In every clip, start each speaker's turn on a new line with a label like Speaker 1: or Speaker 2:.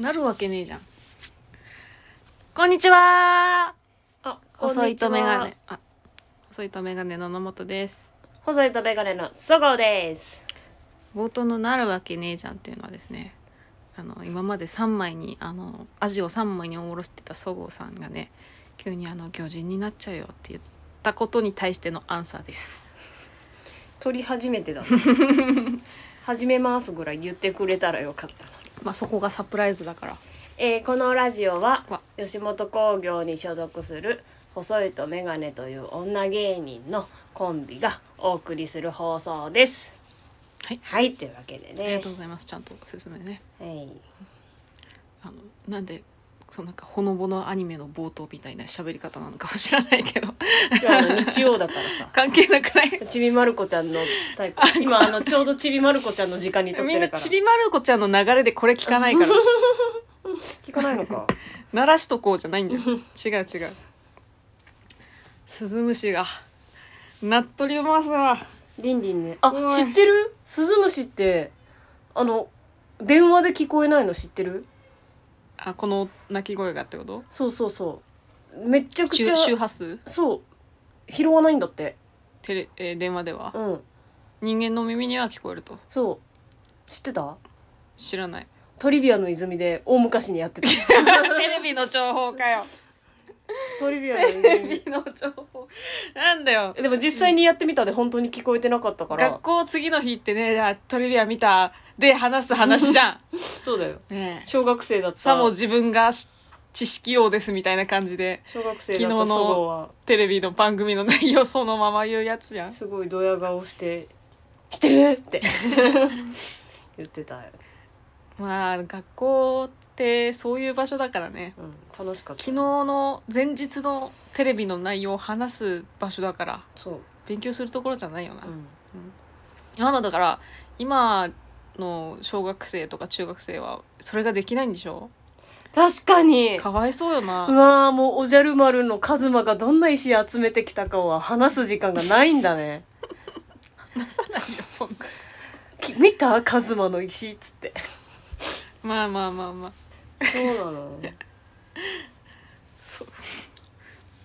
Speaker 1: なるわけねえじゃんこんにちは
Speaker 2: あ、
Speaker 1: 細いとメガ
Speaker 2: ガ
Speaker 1: ネ
Speaker 2: ネ
Speaker 1: あ細いとメガネの野本です
Speaker 2: 細いとメガネのそごうです。
Speaker 1: 冒頭の「なるわけねえじゃん」っていうのはですねあの今まで3枚にあのアジを3枚におろしてたそごうさんがね急にあの「魚人になっちゃうよ」って言ったことに対してのアンサーです
Speaker 2: 撮り始めて だ、ね。始めますぐらい言ってくれたらよかったな。
Speaker 1: まあそこがサプライズだから
Speaker 2: えーこのラジオ
Speaker 1: わ
Speaker 2: は吉本興業に所属する細いとメガネという女芸人のコンビがお送りする放送です。
Speaker 1: はい
Speaker 2: はい、というわけで
Speaker 1: ありが
Speaker 2: ね
Speaker 1: と。うございますちゃんと説明ね
Speaker 2: はい。
Speaker 1: あのなんでそのなんかほのぼのアニメの冒頭みたいな喋り方なのかは知らないけど
Speaker 2: 今日の日曜だからさ。
Speaker 1: 関係なくない
Speaker 2: ちびまる子ちゃんのタイプ 今あのちょうどちびまる子ちゃんの時間に撮って
Speaker 1: みん
Speaker 2: る
Speaker 1: な
Speaker 2: から
Speaker 1: ちびまる子ちゃんの流れでこれ聞かない から
Speaker 2: 聞かないのか
Speaker 1: 鳴らしとこうじゃないんだよ違う違うスズムシがなっとりますわ
Speaker 2: リンリンね。あ
Speaker 1: う、わ
Speaker 2: 知ってるスズムシって、あの、電話で聞こえないの知ってる
Speaker 1: あこの鳴き声がってこと
Speaker 2: そうそうそう。めっちゃくち
Speaker 1: 周
Speaker 2: ゃ、
Speaker 1: 周波数
Speaker 2: そう。拾わないんだって。
Speaker 1: テレ、えー電話では
Speaker 2: うん。
Speaker 1: 人間の耳には聞こえると
Speaker 2: そう。知ってた
Speaker 1: 知らない
Speaker 2: トリビアの泉で大昔にや って た。
Speaker 1: テレビの情報かよ
Speaker 2: トリビアの
Speaker 1: テ
Speaker 2: 泉
Speaker 1: レ。ビの情報なんだよ
Speaker 2: でも実際にやってみたで本当に聞こえてなかったから
Speaker 1: 学。校次の日ってねあトリビア見たで話す話 じゃ
Speaker 2: そうだよ。
Speaker 1: んねえ
Speaker 2: 小学生だった。
Speaker 1: さも
Speaker 2: 小
Speaker 1: 自分がし知識王ですみたいな感じで
Speaker 2: 学生
Speaker 1: 昨
Speaker 2: だっ
Speaker 1: 日
Speaker 2: た
Speaker 1: の
Speaker 2: 祖母は、
Speaker 1: テレビの番組の内容そのまま言うやつじゃん
Speaker 2: すごいドヤ顔して、知ってるって 言ってたよ。
Speaker 1: まあ学校ってそういう場所だからね
Speaker 2: うん、楽しかった
Speaker 1: 昨日。の前日のテレビの内容を話す場所だから
Speaker 2: そう。
Speaker 1: 勉強するところじゃないよな、
Speaker 2: うん
Speaker 1: 今のだから今の小学生とか中学生はそれができないんでしょ
Speaker 2: 確かに
Speaker 1: かわいそうよ
Speaker 2: う
Speaker 1: な
Speaker 2: わーもうおじゃる丸のカズマがどんな石集めてきたかは話す時間がないんだね
Speaker 1: 話さないよそんな
Speaker 2: き見たカズマの石っつって
Speaker 1: まあまあまあまあ
Speaker 2: そうなの
Speaker 1: そう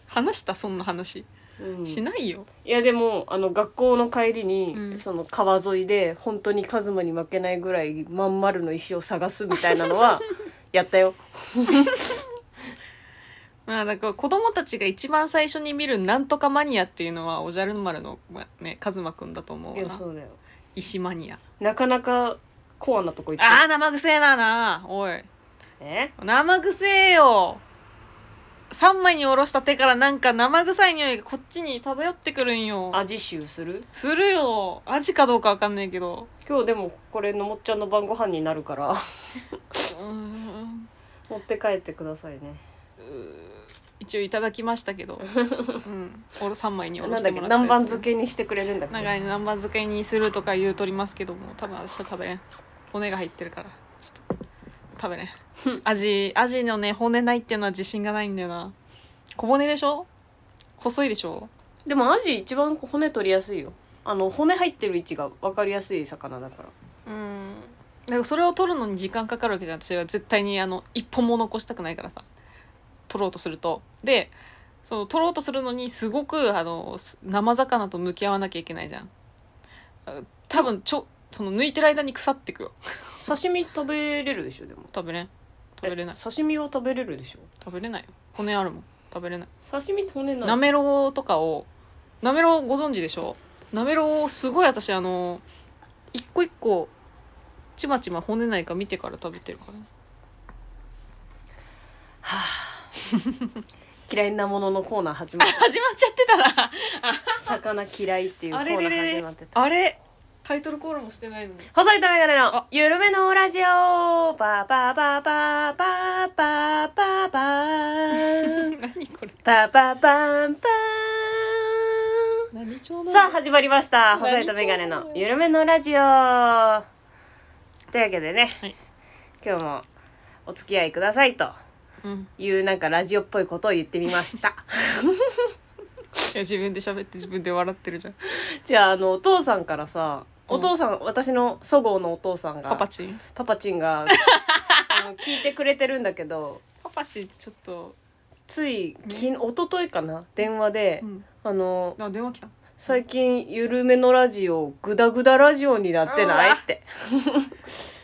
Speaker 1: 話したそんな話、
Speaker 2: うん、
Speaker 1: し
Speaker 2: い
Speaker 1: ないよ
Speaker 2: やでもあの学校の帰りに、
Speaker 1: うん
Speaker 2: その川沿いで本当にカズマに負けないぐらいまん丸の石を探すみたいなの はやったよ
Speaker 1: まあだから子供たちが一番最初に見る「なんとかマニア」っていうのはおじゃる丸の、まあ、ね和真くんだと思
Speaker 2: いうや
Speaker 1: わな
Speaker 2: そうだよ
Speaker 1: 石マニア
Speaker 2: なかなかコアなとこ行って
Speaker 1: あー生臭えななおい
Speaker 2: え
Speaker 1: 生臭えよ3枚におろした手からなんか生臭い匂いがこっちに漂ってくるんよ
Speaker 2: 味臭する
Speaker 1: するよアジかどうかわかんないけど
Speaker 2: 今日でもこれのもっちゃんの晩ご飯になるから
Speaker 1: うーん
Speaker 2: 持って帰ってくださいね
Speaker 1: 一応いただきましたけど、う ん、おろ3枚におろ
Speaker 2: なん
Speaker 1: し
Speaker 2: だ
Speaker 1: て
Speaker 2: っけ
Speaker 1: もらった
Speaker 2: 南蛮
Speaker 1: やつ
Speaker 2: 漬けにしてくれるんだっけ
Speaker 1: なんかね南蛮漬けにするとか言うとりますけども多分私は食べれん骨が入ってるからちょっと食べれん味味のね骨ないっていうのは自信がないんだよな小骨でしょ細いでしょ
Speaker 2: でもアジ一番骨取りやすいよあの骨入ってる位置が分かりやすい魚だから
Speaker 1: うんだからそれを取るのに時間かかるわけじゃん私は絶対にあの一本も残したくないからさ取ろうとするとでその取ろうとするのにすごくあのす生魚と向き合わなきゃいけないじゃんあ多分ちょその抜いてる間に腐ってくよ
Speaker 2: 刺身食べれるでしょでも
Speaker 1: 食べれん食べれない
Speaker 2: え刺身は食べれるでしょ
Speaker 1: 食べれないよ骨あるもん食べれない
Speaker 2: 刺身って骨ない
Speaker 1: なめろうとかをなめろうご存知でしょなめろうすごい私あの一個一個ちまちま骨ないか見てから食べてるからね
Speaker 2: 嫌いなもののコーナー始まった
Speaker 1: 始まっちゃってたな
Speaker 2: 魚嫌いっていうコ
Speaker 1: あ
Speaker 2: ー
Speaker 1: れ
Speaker 2: ナ
Speaker 1: れ
Speaker 2: ー
Speaker 1: れ
Speaker 2: 始
Speaker 1: れ
Speaker 2: まってた
Speaker 1: あれタイトルコールもしてないのに
Speaker 2: 細いとメガネ
Speaker 1: あ
Speaker 2: のゆるめのラジオパーパーパーパーパーパーパーパー
Speaker 1: 何これ
Speaker 2: パーパーパーパー
Speaker 1: 何調
Speaker 2: さあ始まりました
Speaker 1: 何
Speaker 2: 細いとメガネ
Speaker 1: ちょ
Speaker 2: の
Speaker 1: うど
Speaker 2: ゆるめのラジオというわけでね、
Speaker 1: はい
Speaker 2: 今日もお付き合いくださいと
Speaker 1: うん
Speaker 2: いうなんかラジオっぽいことを言ってみました
Speaker 1: いや自分で喋って自分で笑ってるじゃん
Speaker 2: じゃああのお父さんからさ
Speaker 1: うん
Speaker 2: お父さん、私のそごうのお父さんが
Speaker 1: パパチン
Speaker 2: パパチンがあの聞いてくれてるんだけど
Speaker 1: パパチちょっと、
Speaker 2: つい昨日一昨日かな電話で、
Speaker 1: うん、
Speaker 2: あの
Speaker 1: あ電話来た
Speaker 2: 最近ゆるめのラジオグダグダラジオになってな
Speaker 1: う
Speaker 2: い
Speaker 1: わ
Speaker 2: って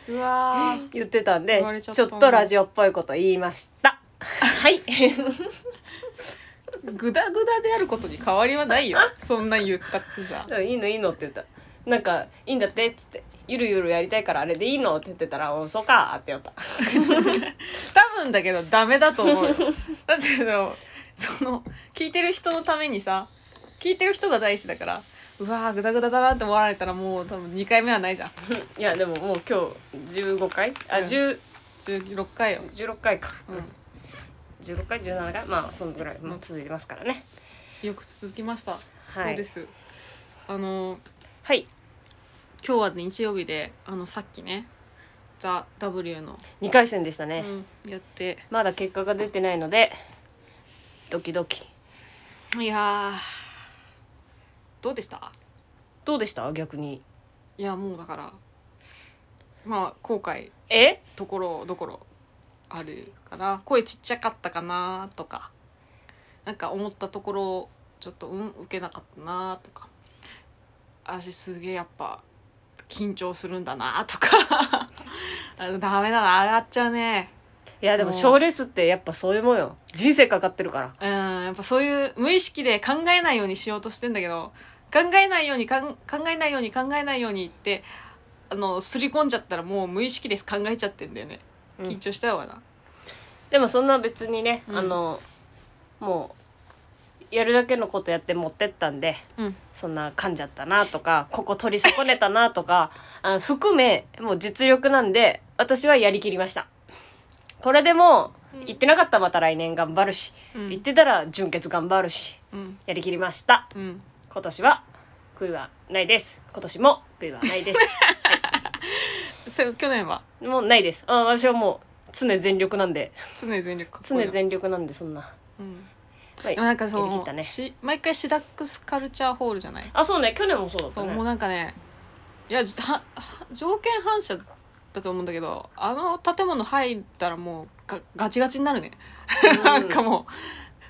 Speaker 1: うわー
Speaker 2: 言ってたんで
Speaker 1: 言われちゃっ
Speaker 2: ち
Speaker 1: た
Speaker 2: ょっ
Speaker 1: な
Speaker 2: とラジオっぽいこと言いました。 はい。
Speaker 1: グダグダであることに変わりはないよそんなん言ったってさ
Speaker 2: うんいいのいいのって言ったなんかいいんだってっつってゆるゆるやりたいからあれでいいのって言ってたらおそうかって言った
Speaker 1: 多分だけどダメだと思う よだってそのその聞いてる人のためにさ聞いてる人が大事だからうわーグダグダだなって思われたらもう多分2回目はないじゃん
Speaker 2: いやでももう今日15回あ、
Speaker 1: うん
Speaker 2: 10
Speaker 1: 16回よ、
Speaker 2: 16回か、
Speaker 1: う
Speaker 2: 16回17回まあそのぐらいもう続いてますからね
Speaker 1: ん、よく続きました、
Speaker 2: は
Speaker 1: そうで
Speaker 2: い
Speaker 1: すあの
Speaker 2: はい
Speaker 1: 今日は日曜日であのさっきね「ザ・ w の、
Speaker 2: 2回戦でしたね、
Speaker 1: うん、やって
Speaker 2: まだ結果が出てないのでドキドキ
Speaker 1: いやーどうでした
Speaker 2: どうでした逆に
Speaker 1: いやもうだからまあ後悔
Speaker 2: え
Speaker 1: ところどころあるかな声ちっちゃかったかなとかなんか思ったところちょっとうん受けなかったなとか私すげえやっぱ緊張するんだなとか あのダメだな上がっちゃうね
Speaker 2: いやでも
Speaker 1: もう
Speaker 2: 賞レースってやっぱそういうもんよ人生かかってるから
Speaker 1: うんやっぱそういう無意識で考えないようにしようとしてんだけど考えないようにかん考えないように考えないようにってあのすり込んじゃったらもう無意識です考えちゃってんだよね
Speaker 2: うん
Speaker 1: 緊張したわな、
Speaker 2: でもそんな別にね、
Speaker 1: うん
Speaker 2: あのもうやるだけのことやって持ってったんで
Speaker 1: うん、
Speaker 2: そんな噛んじゃったなとかここ取り損ねたなとか あの含めもう実力なんで私はやりきりましたこれでも
Speaker 1: うん
Speaker 2: 行ってなかったらまた来年頑張るし、
Speaker 1: うん
Speaker 2: 行ってたら純潔頑張るし
Speaker 1: うん
Speaker 2: やりきりました
Speaker 1: うん
Speaker 2: 今年は悔いはないです今年も悔いはないです
Speaker 1: そう去年は
Speaker 2: もうないですあ私はもう常全力なんで
Speaker 1: 常に全力かっ
Speaker 2: 常
Speaker 1: こいいな
Speaker 2: 全力なんでそんな、
Speaker 1: うん、
Speaker 2: はい
Speaker 1: でもなんかそ
Speaker 2: やりき
Speaker 1: の
Speaker 2: っ、たね
Speaker 1: し毎回シダックスカルチャーホールじゃない
Speaker 2: あそうね去年もそうだった
Speaker 1: そう
Speaker 2: ね
Speaker 1: もうなんかねいやじはは条件反射だと思うんだけどあの建物入ったらもうがガチガチになるね、
Speaker 2: うん
Speaker 1: なんかも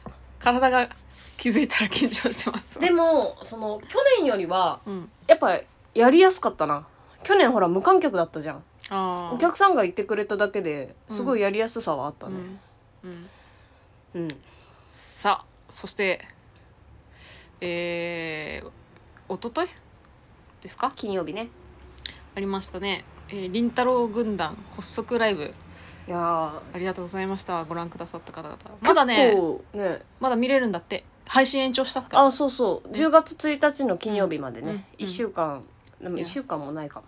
Speaker 1: う体が気づいたら緊張してます
Speaker 2: でもその去年よりは
Speaker 1: うん
Speaker 2: やっぱやりやすかったな去年ほら無観客だったじゃん
Speaker 1: あー
Speaker 2: お客さんがいてくれただけで
Speaker 1: うん
Speaker 2: すごいやりやすさはあったね
Speaker 1: うんうん
Speaker 2: うん、
Speaker 1: さあそしてえー、おとといですか
Speaker 2: 金曜日ね
Speaker 1: ありましたね。えー、りんたろう軍団発足ライブ
Speaker 2: いや
Speaker 1: ありがとうございました。ご覧くださった方々。
Speaker 2: ー
Speaker 1: まだね
Speaker 2: 結、構ね
Speaker 1: まだ見れるんだって。配信延長したから。
Speaker 2: あそうそう10月1日の金曜日まで
Speaker 1: うんうん
Speaker 2: ね、一1週間でも
Speaker 1: いや
Speaker 2: 1週間もないかも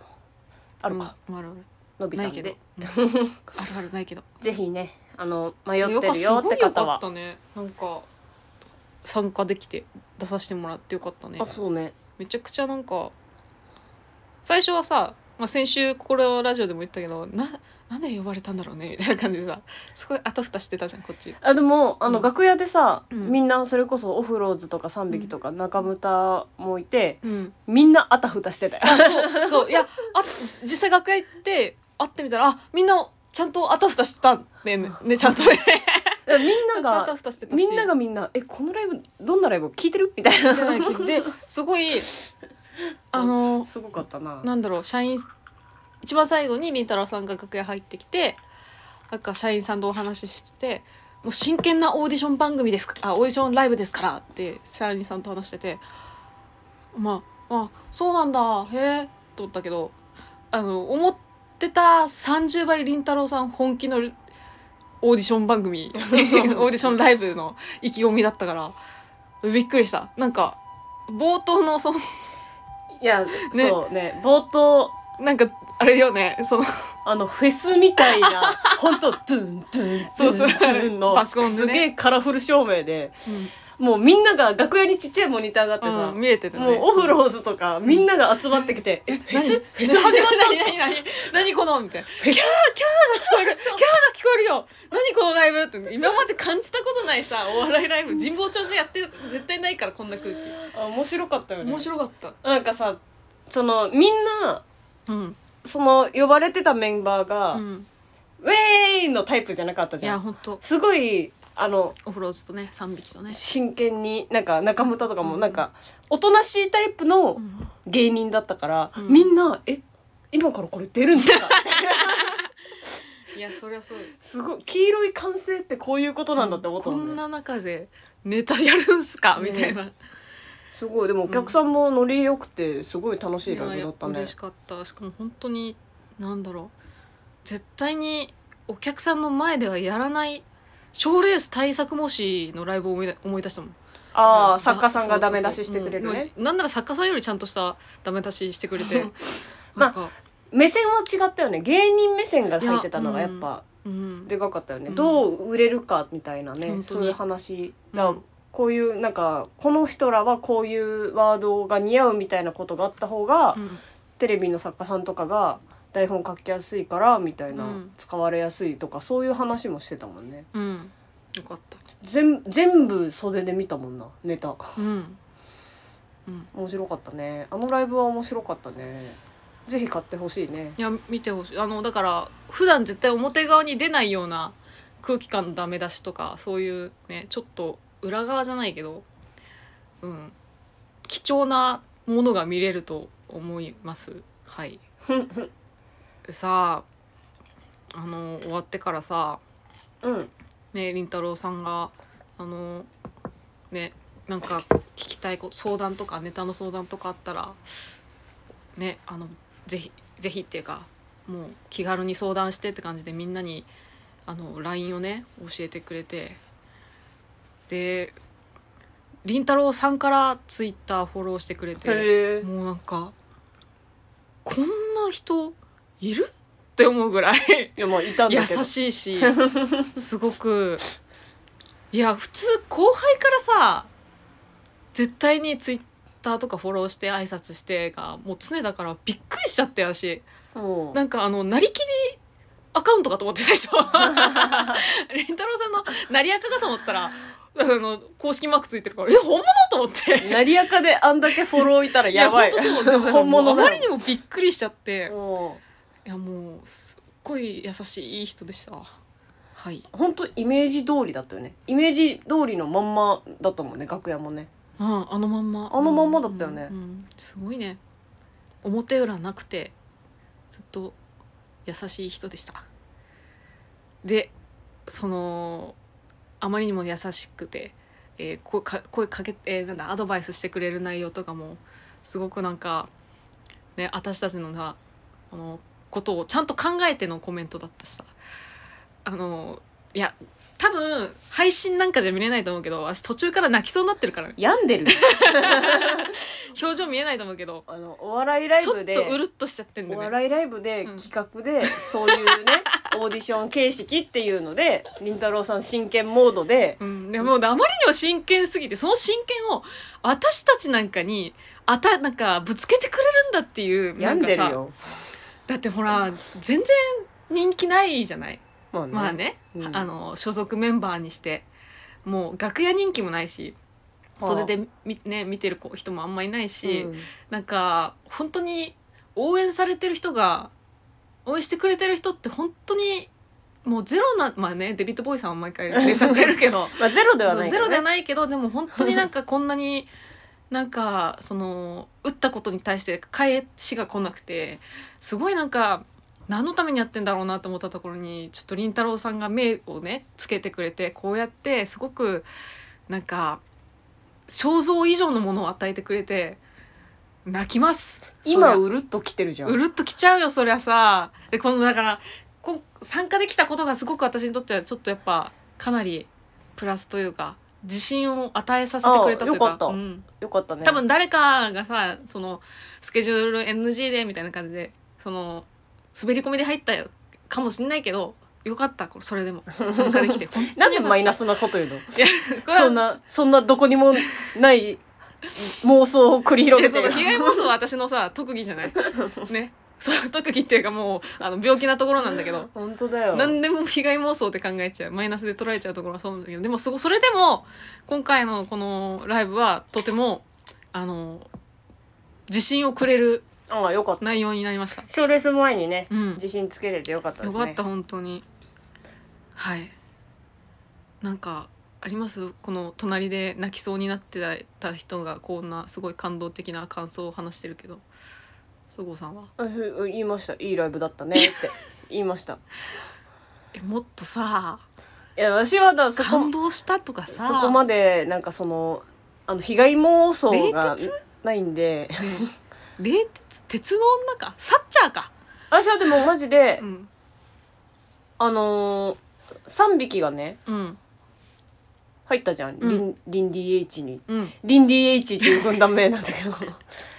Speaker 2: あるか、
Speaker 1: うん。あるある。
Speaker 2: 伸び
Speaker 1: な
Speaker 2: た
Speaker 1: い
Speaker 2: ん
Speaker 1: けど。う
Speaker 2: で
Speaker 1: んあるあるないけど。
Speaker 2: ぜひねあの迷って
Speaker 1: よか
Speaker 2: る
Speaker 1: す
Speaker 2: よっ
Speaker 1: ご
Speaker 2: て
Speaker 1: いよ
Speaker 2: 方
Speaker 1: かっ
Speaker 2: は
Speaker 1: たね。なんか参加できて出させてもらってよかったね
Speaker 2: あ。そうね
Speaker 1: めちゃくちゃなんか最初はさ、まあ、先週これをラジオでも言ったけどななんで呼ばれたんだろうねみたいな感じでさすごいあたふたしてたじゃんこっち。
Speaker 2: あでもあ
Speaker 1: う
Speaker 2: の、
Speaker 1: ん
Speaker 2: 楽屋でさ、
Speaker 1: うん
Speaker 2: みんなそれこそオフローズとか3匹とか中村もいて、
Speaker 1: うん
Speaker 2: みんなあたふたしてたよ。
Speaker 1: そういやあ実際楽屋行って会ってみたらあみんなちゃんとあたふたしてたねねねちゃんとね
Speaker 2: みん
Speaker 1: あ
Speaker 2: な
Speaker 1: た
Speaker 2: が
Speaker 1: ふたしてたし
Speaker 2: みんながみんな「えこのライブどんなライブ聞いてる?」みたいな
Speaker 1: でないけどですごいあの
Speaker 2: すごかったな
Speaker 1: なんだろう社員一番最後にりんたろーさんが楽屋入ってきてなんか社員さんとお話ししてて「もう真剣なオーディション番組ですかあオーディションライブですから」って社員さんと話しててまああそうなんだへえと思ったけどあの思ってた30倍りんたろーさん本気のオーディション番 組オーディションライブの意気込みだったからびっくりしたなんか冒頭のその
Speaker 2: いや、そうね冒頭
Speaker 1: なんかあれよねその
Speaker 2: あのフェスみたい なほんとドゥンドゥン
Speaker 1: そうそう
Speaker 2: ドゥンドゥンの
Speaker 1: 爆音ですね
Speaker 2: げえカラフル照明でもうみんなが楽屋にちっちゃいモニターがあってさ、
Speaker 1: うん、見れてたね
Speaker 2: もうオフローズとかみんなが集まってきて「えフェスフェス始まったんですか
Speaker 1: 何何何何このみたいな
Speaker 2: フェス
Speaker 1: キャーが聞こえるよ何このライブって今まで感じたことないさお笑いライブ神保町でやって絶対ないからこんな空気
Speaker 2: あ面白かったよね
Speaker 1: 面白かった
Speaker 2: なんかさそのみんな
Speaker 1: うん
Speaker 2: その呼ばれてたメンバーが、
Speaker 1: うん
Speaker 2: ウェーイのタイプじゃなかった
Speaker 1: い
Speaker 2: じゃ
Speaker 1: や
Speaker 2: ん
Speaker 1: ほんと
Speaker 2: すごいあの
Speaker 1: オフローズとね3匹とね、
Speaker 2: 真剣になんか中村とかも
Speaker 1: うん
Speaker 2: なんかおとなしいタイプの
Speaker 1: うん
Speaker 2: 芸人だったから、
Speaker 1: うん
Speaker 2: みんな「え今からこれ出るんだ」
Speaker 1: いやそりゃそうよ
Speaker 2: すごい黄色い歓声ってこういうことなんだって思った
Speaker 1: こ
Speaker 2: もんね、
Speaker 1: んな中でネタやるんすか、
Speaker 2: ね
Speaker 1: みたいな
Speaker 2: すごいでもお客さんもノリ良くてすごい楽しいライブだった
Speaker 1: いや
Speaker 2: ね
Speaker 1: 嬉しかったしかも本当になんだろう絶対にお客さんの前ではやらない賞ーレース対策模試のライブを思い出思い出したもん
Speaker 2: あ
Speaker 1: な
Speaker 2: あ
Speaker 1: か
Speaker 2: 作家さんが
Speaker 1: そ
Speaker 2: ダ
Speaker 1: うそうそう
Speaker 2: メ出ししてくれる
Speaker 1: うん
Speaker 2: ね
Speaker 1: もうなんなら作家さんよりちゃんとしたダメ出ししてくれて
Speaker 2: まあ
Speaker 1: なんか、
Speaker 2: 目線は違ったよね芸人目線が入ってたのがやっぱ
Speaker 1: うん、
Speaker 2: でかかったよね、
Speaker 1: うん
Speaker 2: どう売れるかみたいな
Speaker 1: 本当
Speaker 2: ね
Speaker 1: に
Speaker 2: そういう話
Speaker 1: うん
Speaker 2: だからこういうなんかこの人らはこういうワードが似合うみたいなことがあった方が、
Speaker 1: うん
Speaker 2: テレビの作家さんとかが台本書きやすいからみたいな、
Speaker 1: うん
Speaker 2: 使われやすいとかそういう話もしてたもんね
Speaker 1: うん、よかった
Speaker 2: 全全部袖で見たもんなネタ
Speaker 1: うん、うん、
Speaker 2: 面白かったねあのライブは面白かったねぜひ買ってほしいね
Speaker 1: いや見てほしいあのだから普段絶対表側に出ないような空気感のダメ出しとかそういうねちょっと裏側じゃないけどうん貴重なものが見れると思いますはいさああの終わってからさ
Speaker 2: うん
Speaker 1: ね凛太郎さんがあのねなんか聞きたいこと相談とかネタの相談とかあったらねあのぜひぜひっていうかもう気軽に相談してって感じでみんなにあの LINE をね教えてくれてで凛太郎さんからツイッターフォローしてくれて
Speaker 2: へえ
Speaker 1: もうなんかこんな人いるって思うぐらい
Speaker 2: いやまあいたんだ
Speaker 1: 優
Speaker 2: けど
Speaker 1: しい しすごくいや普通後輩からさ絶対にツイッターとかフォローして挨拶してがもう常だからびっくりしちゃったよし
Speaker 2: うん
Speaker 1: なんかあのなりきりアカウントかと思って 最初りんたろうさんのなりアカかと思ったらあの公式マークついてるからえ本物と思って
Speaker 2: 成りやかであんだけフォローいたらやばい
Speaker 1: いや本当そうでもさ
Speaker 2: 本
Speaker 1: も
Speaker 2: 物
Speaker 1: う
Speaker 2: だ
Speaker 1: あまりにもびっくりしちゃって
Speaker 2: も
Speaker 1: いやもうすっごい優しいいい人でしたはい。
Speaker 2: う本当イメージ通りだったよねイメージ通りのまんまだったもんね楽屋もね
Speaker 1: うん、あのまんま
Speaker 2: あのまんまだったよね
Speaker 1: うんうんすごいね表裏なくてずっと優しい人でしたでそのあまりにも優しくて、えー声か声かけて、えーなんだアドバイスしてくれる内容とかもすごくなんか、ね、私たちのなあのことをちゃんと考えてのコメントだったしさあのいや多分配信なんかじゃ見れないと思うけど私途中から泣きそうになってるからね
Speaker 2: 病ん でる
Speaker 1: 表情見えないと思うけど
Speaker 2: あのお笑いライ
Speaker 1: ちょ
Speaker 2: ブ
Speaker 1: っ
Speaker 2: で
Speaker 1: とうるっとしちゃってんだ
Speaker 2: お
Speaker 1: よね
Speaker 2: 笑いライブで
Speaker 1: うん
Speaker 2: 企画でそういう ねオーディション形式っていうのでりんたろうさん真剣モードで
Speaker 1: うん、でもうあまりにも真剣すぎてその真剣を私たちなんかにあたなんかぶつけてくれるんだっていうな
Speaker 2: 病ん
Speaker 1: か
Speaker 2: でる
Speaker 1: さ
Speaker 2: よ
Speaker 1: だってほら全然人気ないじゃない
Speaker 2: まあね,、
Speaker 1: まあね、
Speaker 2: うん
Speaker 1: あの所属メンバーにしてもう楽屋人気もないし
Speaker 2: はあ
Speaker 1: 袖でみ、ね、見てる子人もあんまいないし、
Speaker 2: うん
Speaker 1: なんか本当に応援されてる人が応援してくれてる人って本当にもうゼロなまあねデビッド・ボーイさんは毎回連絡くれるけど
Speaker 2: まあゼロではないけ
Speaker 1: ゼ
Speaker 2: ど
Speaker 1: ロ
Speaker 2: ね
Speaker 1: じゃないけどでも本当になんかこんなに なんかその打ったことに対して返しが来なくてすごいなんか何のためにやってんだろうなと思ったところにちょっとりんたろうさんが目をねつけてくれてこうやってすごくなんか想像以上のものを与えてくれて泣きます
Speaker 2: 今
Speaker 1: そり
Speaker 2: うるっと来てるじ
Speaker 1: ゃ
Speaker 2: ゃ
Speaker 1: うんるっときちゃうよそりゃさでこのだからこ参加できたことがすごく私にとってはちょっとやっぱかなりプラスというか自信を与えさせてくれたというか
Speaker 2: あよかった
Speaker 1: うん
Speaker 2: よかったね
Speaker 1: 多分誰かがさそのスケジュール NG でみたいな感じでその滑り込みで入ったよかもしんないけどよかったこれそれでも参加でき て本
Speaker 2: な
Speaker 1: 当
Speaker 2: ん
Speaker 1: に
Speaker 2: で
Speaker 1: よかった
Speaker 2: マイナスなこと言うの
Speaker 1: いやこれは
Speaker 2: そんなそんなどこにも ない妄想を繰り広
Speaker 1: いや
Speaker 2: げ
Speaker 1: その
Speaker 2: てる
Speaker 1: 被害妄想は私のさ特技じゃないねその特技っていうかもうあの病気なところなんだけど
Speaker 2: 本当だよ
Speaker 1: 何でも被害妄想って考えちゃうマイナスで捉えちゃうところはそうなんだけどでもそこそれでも今回のこのライブはとてもあの自信をくれる
Speaker 2: ああよかった
Speaker 1: 内容になりました。
Speaker 2: 賞レース前にね、
Speaker 1: うん。
Speaker 2: 自信つけれてよかったで
Speaker 1: よ
Speaker 2: すね
Speaker 1: かった本当にはいなんかありますこの隣で泣きそうになってた人がこんなすごい感動的な感想を話してるけどそごうさんは
Speaker 2: あふ言いましたいいライブだったねって言いました
Speaker 1: えもっとさ
Speaker 2: いや私はだそ
Speaker 1: 感
Speaker 2: こ
Speaker 1: 動したとかさ
Speaker 2: そこまでなんかそのあの被害妄想が
Speaker 1: 冷徹
Speaker 2: ないんで
Speaker 1: 冷徹鉄の女かサッチャーか、
Speaker 2: 私はでもマジで、
Speaker 1: うん
Speaker 2: あのー、3匹がね
Speaker 1: うん
Speaker 2: 入ったじゃ
Speaker 1: う
Speaker 2: ん、
Speaker 1: ん
Speaker 2: リンリン DH に
Speaker 1: うん
Speaker 2: リン DH っていう軍団名なん だけど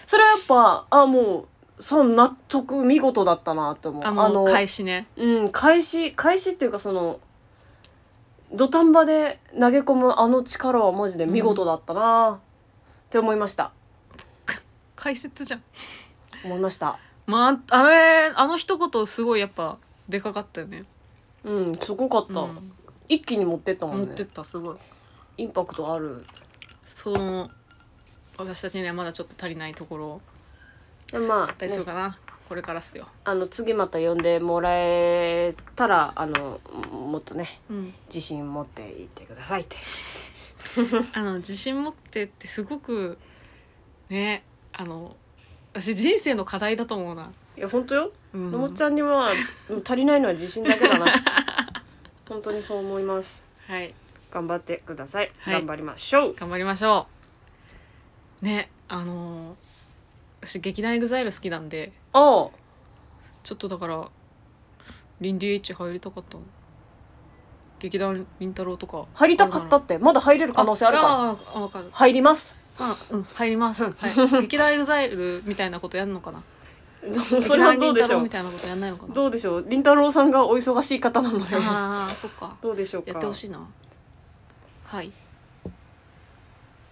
Speaker 2: それはやっぱあもうそう納得見事だったなと思う
Speaker 1: あの返しね
Speaker 2: うん、開始、開始っていうかその、土壇場で投げ込むあの力はマジで見事だったなあって思いました。
Speaker 1: 解説じゃん
Speaker 2: 思いました。
Speaker 1: まああれあの一言すごいやっぱでかかったよね、
Speaker 2: うん、すごかった。
Speaker 1: うん、
Speaker 2: 一気に持ってったも
Speaker 1: 持
Speaker 2: ん
Speaker 1: ってっ
Speaker 2: ね。
Speaker 1: たすごい
Speaker 2: インパクトある。
Speaker 1: その私たちにはまだちょっと足りないところを
Speaker 2: でまあ、
Speaker 1: 大丈夫
Speaker 2: ね
Speaker 1: かな、これからっすよ、
Speaker 2: あの、次また呼んでもらえたら、あの、もっとね、自信持っていってくださいって。
Speaker 1: あの自信持ってってすごくねあの私人生の課題だと思うな、
Speaker 2: いや、本当よ。
Speaker 1: う
Speaker 2: のも
Speaker 1: ん
Speaker 2: ち、ゃんには、足りないのは自信だけだ な。本当にそう思います。
Speaker 1: はい
Speaker 2: 頑張ってください。
Speaker 1: はい
Speaker 2: 頑張りましょう。
Speaker 1: 頑張りましょうねあのー私劇団エグザイル好きなんで
Speaker 2: おう
Speaker 1: ちょっとだからリンディエッチ入りたかったの劇団りんたろうとか
Speaker 2: 入りたかったってまだ入れる可能性あるから
Speaker 1: あああわかる
Speaker 2: 入り ます
Speaker 1: あうん入ります、 はい、劇団エグザイルみたいなことやんのかな
Speaker 2: それはどうで
Speaker 1: 劇団凛太
Speaker 2: し
Speaker 1: 郎
Speaker 2: ょう
Speaker 1: みたいなことやんないのかな
Speaker 2: どうでしょうりんたろうさんがお忙しい方なので
Speaker 1: ああそっか
Speaker 2: どうでしょうか
Speaker 1: やってほしいなはい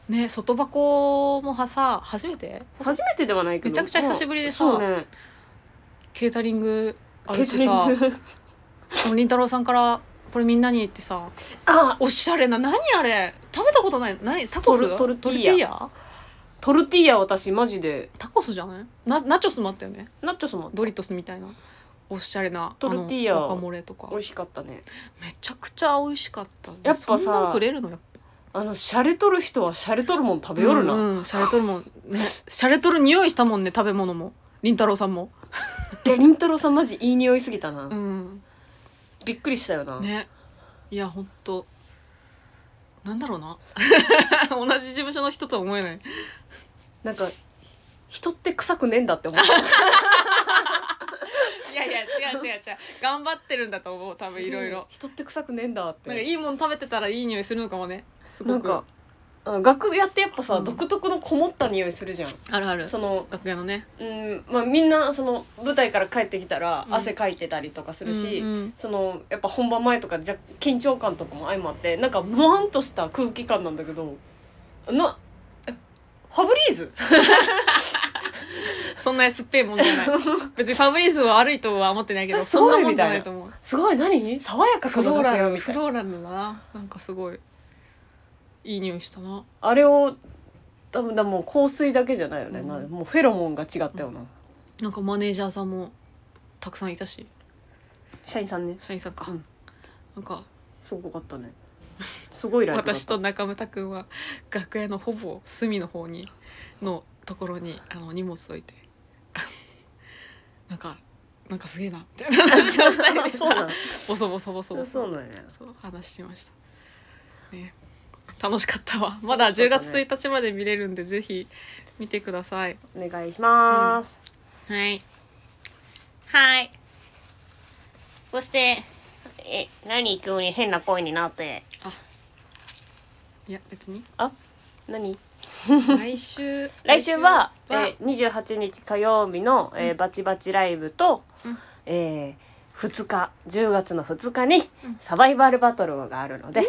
Speaker 1: ね外箱もはさ初めて
Speaker 2: 初めてではないけど
Speaker 1: めちゃくちゃ久しぶりでさ
Speaker 2: そうね
Speaker 1: ケータリングあるしさ
Speaker 2: ケータリング
Speaker 1: しかもりんたろうさんから「これみんなに」ってさ
Speaker 2: あ
Speaker 1: おしゃれな何あれ食べたことない何タコス
Speaker 2: トルトルティーヤ
Speaker 1: ティーヤ
Speaker 2: トルティーヤ私マジで
Speaker 1: タコスじゃないなナチョスもあったよね
Speaker 2: ナッチョスも
Speaker 1: ドリトスみたいなおしゃれな
Speaker 2: トルティーヤ
Speaker 1: あのワカモレとか
Speaker 2: 美味しかったね
Speaker 1: めちゃくちゃ美味しかった
Speaker 2: ぱさ
Speaker 1: そんなんくれるのやっぱ
Speaker 2: あのシャレとる人はシャレとるもん食べよるな、
Speaker 1: うんうん、シャレとるもんねシャレとる匂いしたもんね食べ物もりんたろうさんも
Speaker 2: いやりんたろうさんマジいい匂いすぎたな、
Speaker 1: うん
Speaker 2: びっくりしたよな、
Speaker 1: ねいやほんとなんだろうな 同じ事務所の人とは思えない
Speaker 2: なんか人って臭くねえんだって思った
Speaker 1: いやいや違う違う違う頑張ってるんだと思う 多分いろいろ
Speaker 2: 人って臭くねえんだって
Speaker 1: なんかいいもの食べてたらいい匂いするのかもねす
Speaker 2: な
Speaker 1: ご
Speaker 2: ん
Speaker 1: く
Speaker 2: かあ楽屋ってやっぱさ、
Speaker 1: うん
Speaker 2: 独特のこもった匂いするじゃん
Speaker 1: あるある
Speaker 2: その、
Speaker 1: 楽屋のね
Speaker 2: うんまあ、みんなその舞台から帰ってきたら
Speaker 1: うん
Speaker 2: 汗かいてたりとかするし、
Speaker 1: うんうん
Speaker 2: そのやっぱ本番前とかじゃ緊張感とかも相まってなんかムワンとした空気感なんだけどなえファブリーズ
Speaker 1: そんな安っぺいもんじ ゃない別にファブリーズは悪いとは思ってないけど
Speaker 2: え
Speaker 1: そんな
Speaker 2: そう
Speaker 1: もん
Speaker 2: み
Speaker 1: じゃ
Speaker 2: たいな
Speaker 1: ないと思う
Speaker 2: すごい何爽やか
Speaker 1: フ
Speaker 2: この
Speaker 1: ローラ
Speaker 2: 楽屋
Speaker 1: ル
Speaker 2: みた
Speaker 1: フ
Speaker 2: いな
Speaker 1: ローラルだななんかすごいいい匂いしたな
Speaker 2: あれを多分だもう香水だけじゃないよね、
Speaker 1: うん
Speaker 2: なんでもうフェロモンが違ったよな、
Speaker 1: なんかマネージャーさんもたくさんいたし
Speaker 2: 社員さんね
Speaker 1: 社員さんか、
Speaker 2: うん
Speaker 1: なんか
Speaker 2: すごかったねすごいライブだった
Speaker 1: 私と中村くんは楽屋のほぼ隅の方にのところにあの荷物置いて あなんかなんかすげえなみたい な話を二人で
Speaker 2: そうな
Speaker 1: さ
Speaker 2: の
Speaker 1: ボソボソボソボ
Speaker 2: そ
Speaker 1: ソ
Speaker 2: うなんや
Speaker 1: そう話してました、ね、楽しかったわまだ10月1日まで見れるんでぜひ見てください
Speaker 2: お願いします、
Speaker 1: はい。はい。そして、
Speaker 2: え何急に変な声になって
Speaker 1: いや、別 に。
Speaker 2: あ何
Speaker 1: 来週。
Speaker 2: 来週は
Speaker 1: 来週は
Speaker 2: えー、28日火曜日の、えーバチバチライブと、
Speaker 1: うん
Speaker 2: えー、2日10月の2日にサバイバルバトルがあるので、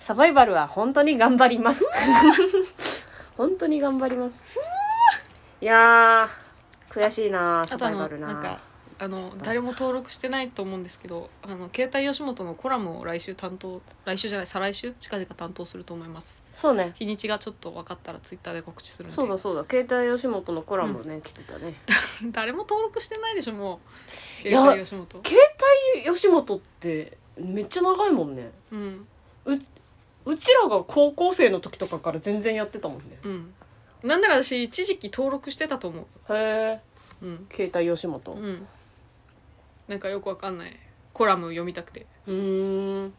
Speaker 2: サバイバルは本当に頑張ります 本当に 頑張りますいやー悔しいなー
Speaker 1: あ
Speaker 2: サ
Speaker 1: とあ
Speaker 2: バイバ
Speaker 1: の、
Speaker 2: ル
Speaker 1: なん
Speaker 2: な
Speaker 1: か、あの誰も登録してないと思うんですけどあの携帯吉本のコラムを来週担当来週じゃない再来週近々担当すると思います
Speaker 2: そうね
Speaker 1: 日にちがちょっと分かったらツイッターで告知するんで
Speaker 2: そうだそうだ携帯吉本のコラムね、来てたね
Speaker 1: 誰も登録してないでしょもう
Speaker 2: いや
Speaker 1: 携帯吉本
Speaker 2: 携帯吉本ってめっちゃ長いもんね
Speaker 1: うん
Speaker 2: うちらが高校生の時とかから全然やってたもんね
Speaker 1: うんなんなら私一時期登録してたと思
Speaker 2: へえ
Speaker 1: ううん
Speaker 2: 携帯吉本う
Speaker 1: うんなんかよくわかんないコラム読みたくて
Speaker 2: ーん